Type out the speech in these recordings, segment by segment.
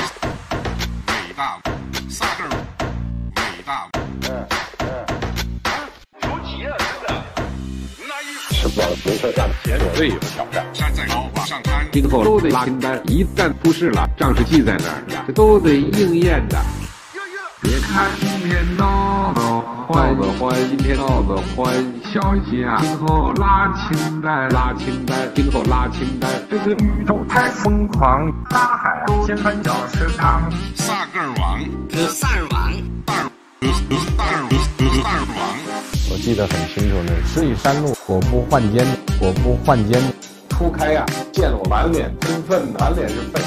伟大，萨根儿，伟大，求急了，真的。那一吃饱了没事干，前所未有的挑战。站在高坝上看今后都得拉清单，一旦出事了，账是记在那儿的，这都得应验的。别看今天闹闹坏的欢，今天闹的欢，消息啊，今后拉清单，拉清单，今后拉清单，这个宇宙太疯狂，大海掀翻小池塘。萨根儿王，萨尔王，萨尔，萨尔王，我记得很清楚，那醉山路果不换肩，果不换肩，初开呀、见我满脸喷粪，满脸是粪，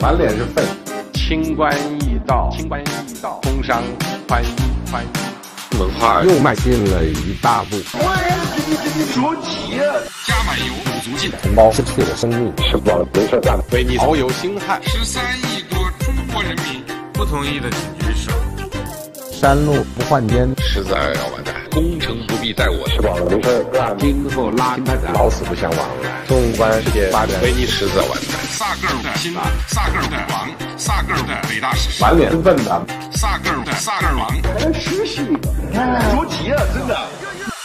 满脸是粪。清官易道，清官易道，工商宽衣宽衣，文化又迈进了一大步，加满油不足进，同胞失去了生命，吃饱了没事干，为你遨游星汉。十三亿多中国人民不同意的请举手。山路不换肩，实在要完蛋，工程不必在我吃身，饱了没事干，今后拉清单，老死不相往来。纵观世界发展，为你实在完蛋。萨根儿的心，萨根儿的王，萨根儿的伟大史诗，满脸是粪的。萨根儿的萨根儿王。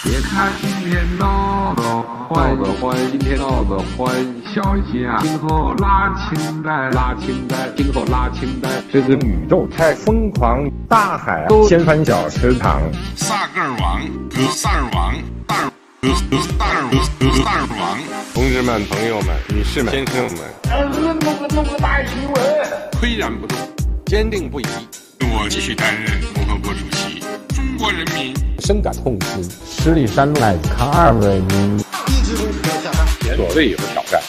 别看今天闹得欢，闹得欢，今天闹得欢，消息啊，今后拉清单，拉清单，今后拉清单，这个宇宙太疯狂，大海都掀翻小池塘。萨格尔王，格萨尔王，大尔格格大尔格大尔王，同志们、朋友们、女士们、先生们，岿然不动。坚定不移，我继续担任共和国主席。中国人民深感痛惜。十里山路乃康二位民，前所未有的挑战，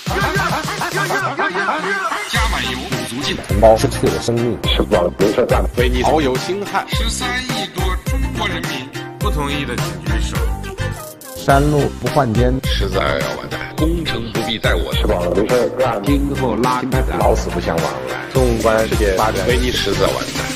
加满油鼓足劲，同胞失去了生命，吃饱了没事干，为你遨游星汉。十三亿多中国人民不同意的请举手。山路不换肩，实在要完蛋，工程不必在我身，吃饱了没事干，今后拉清单。老死不相往来。纵观世界发展，为你实在完蛋。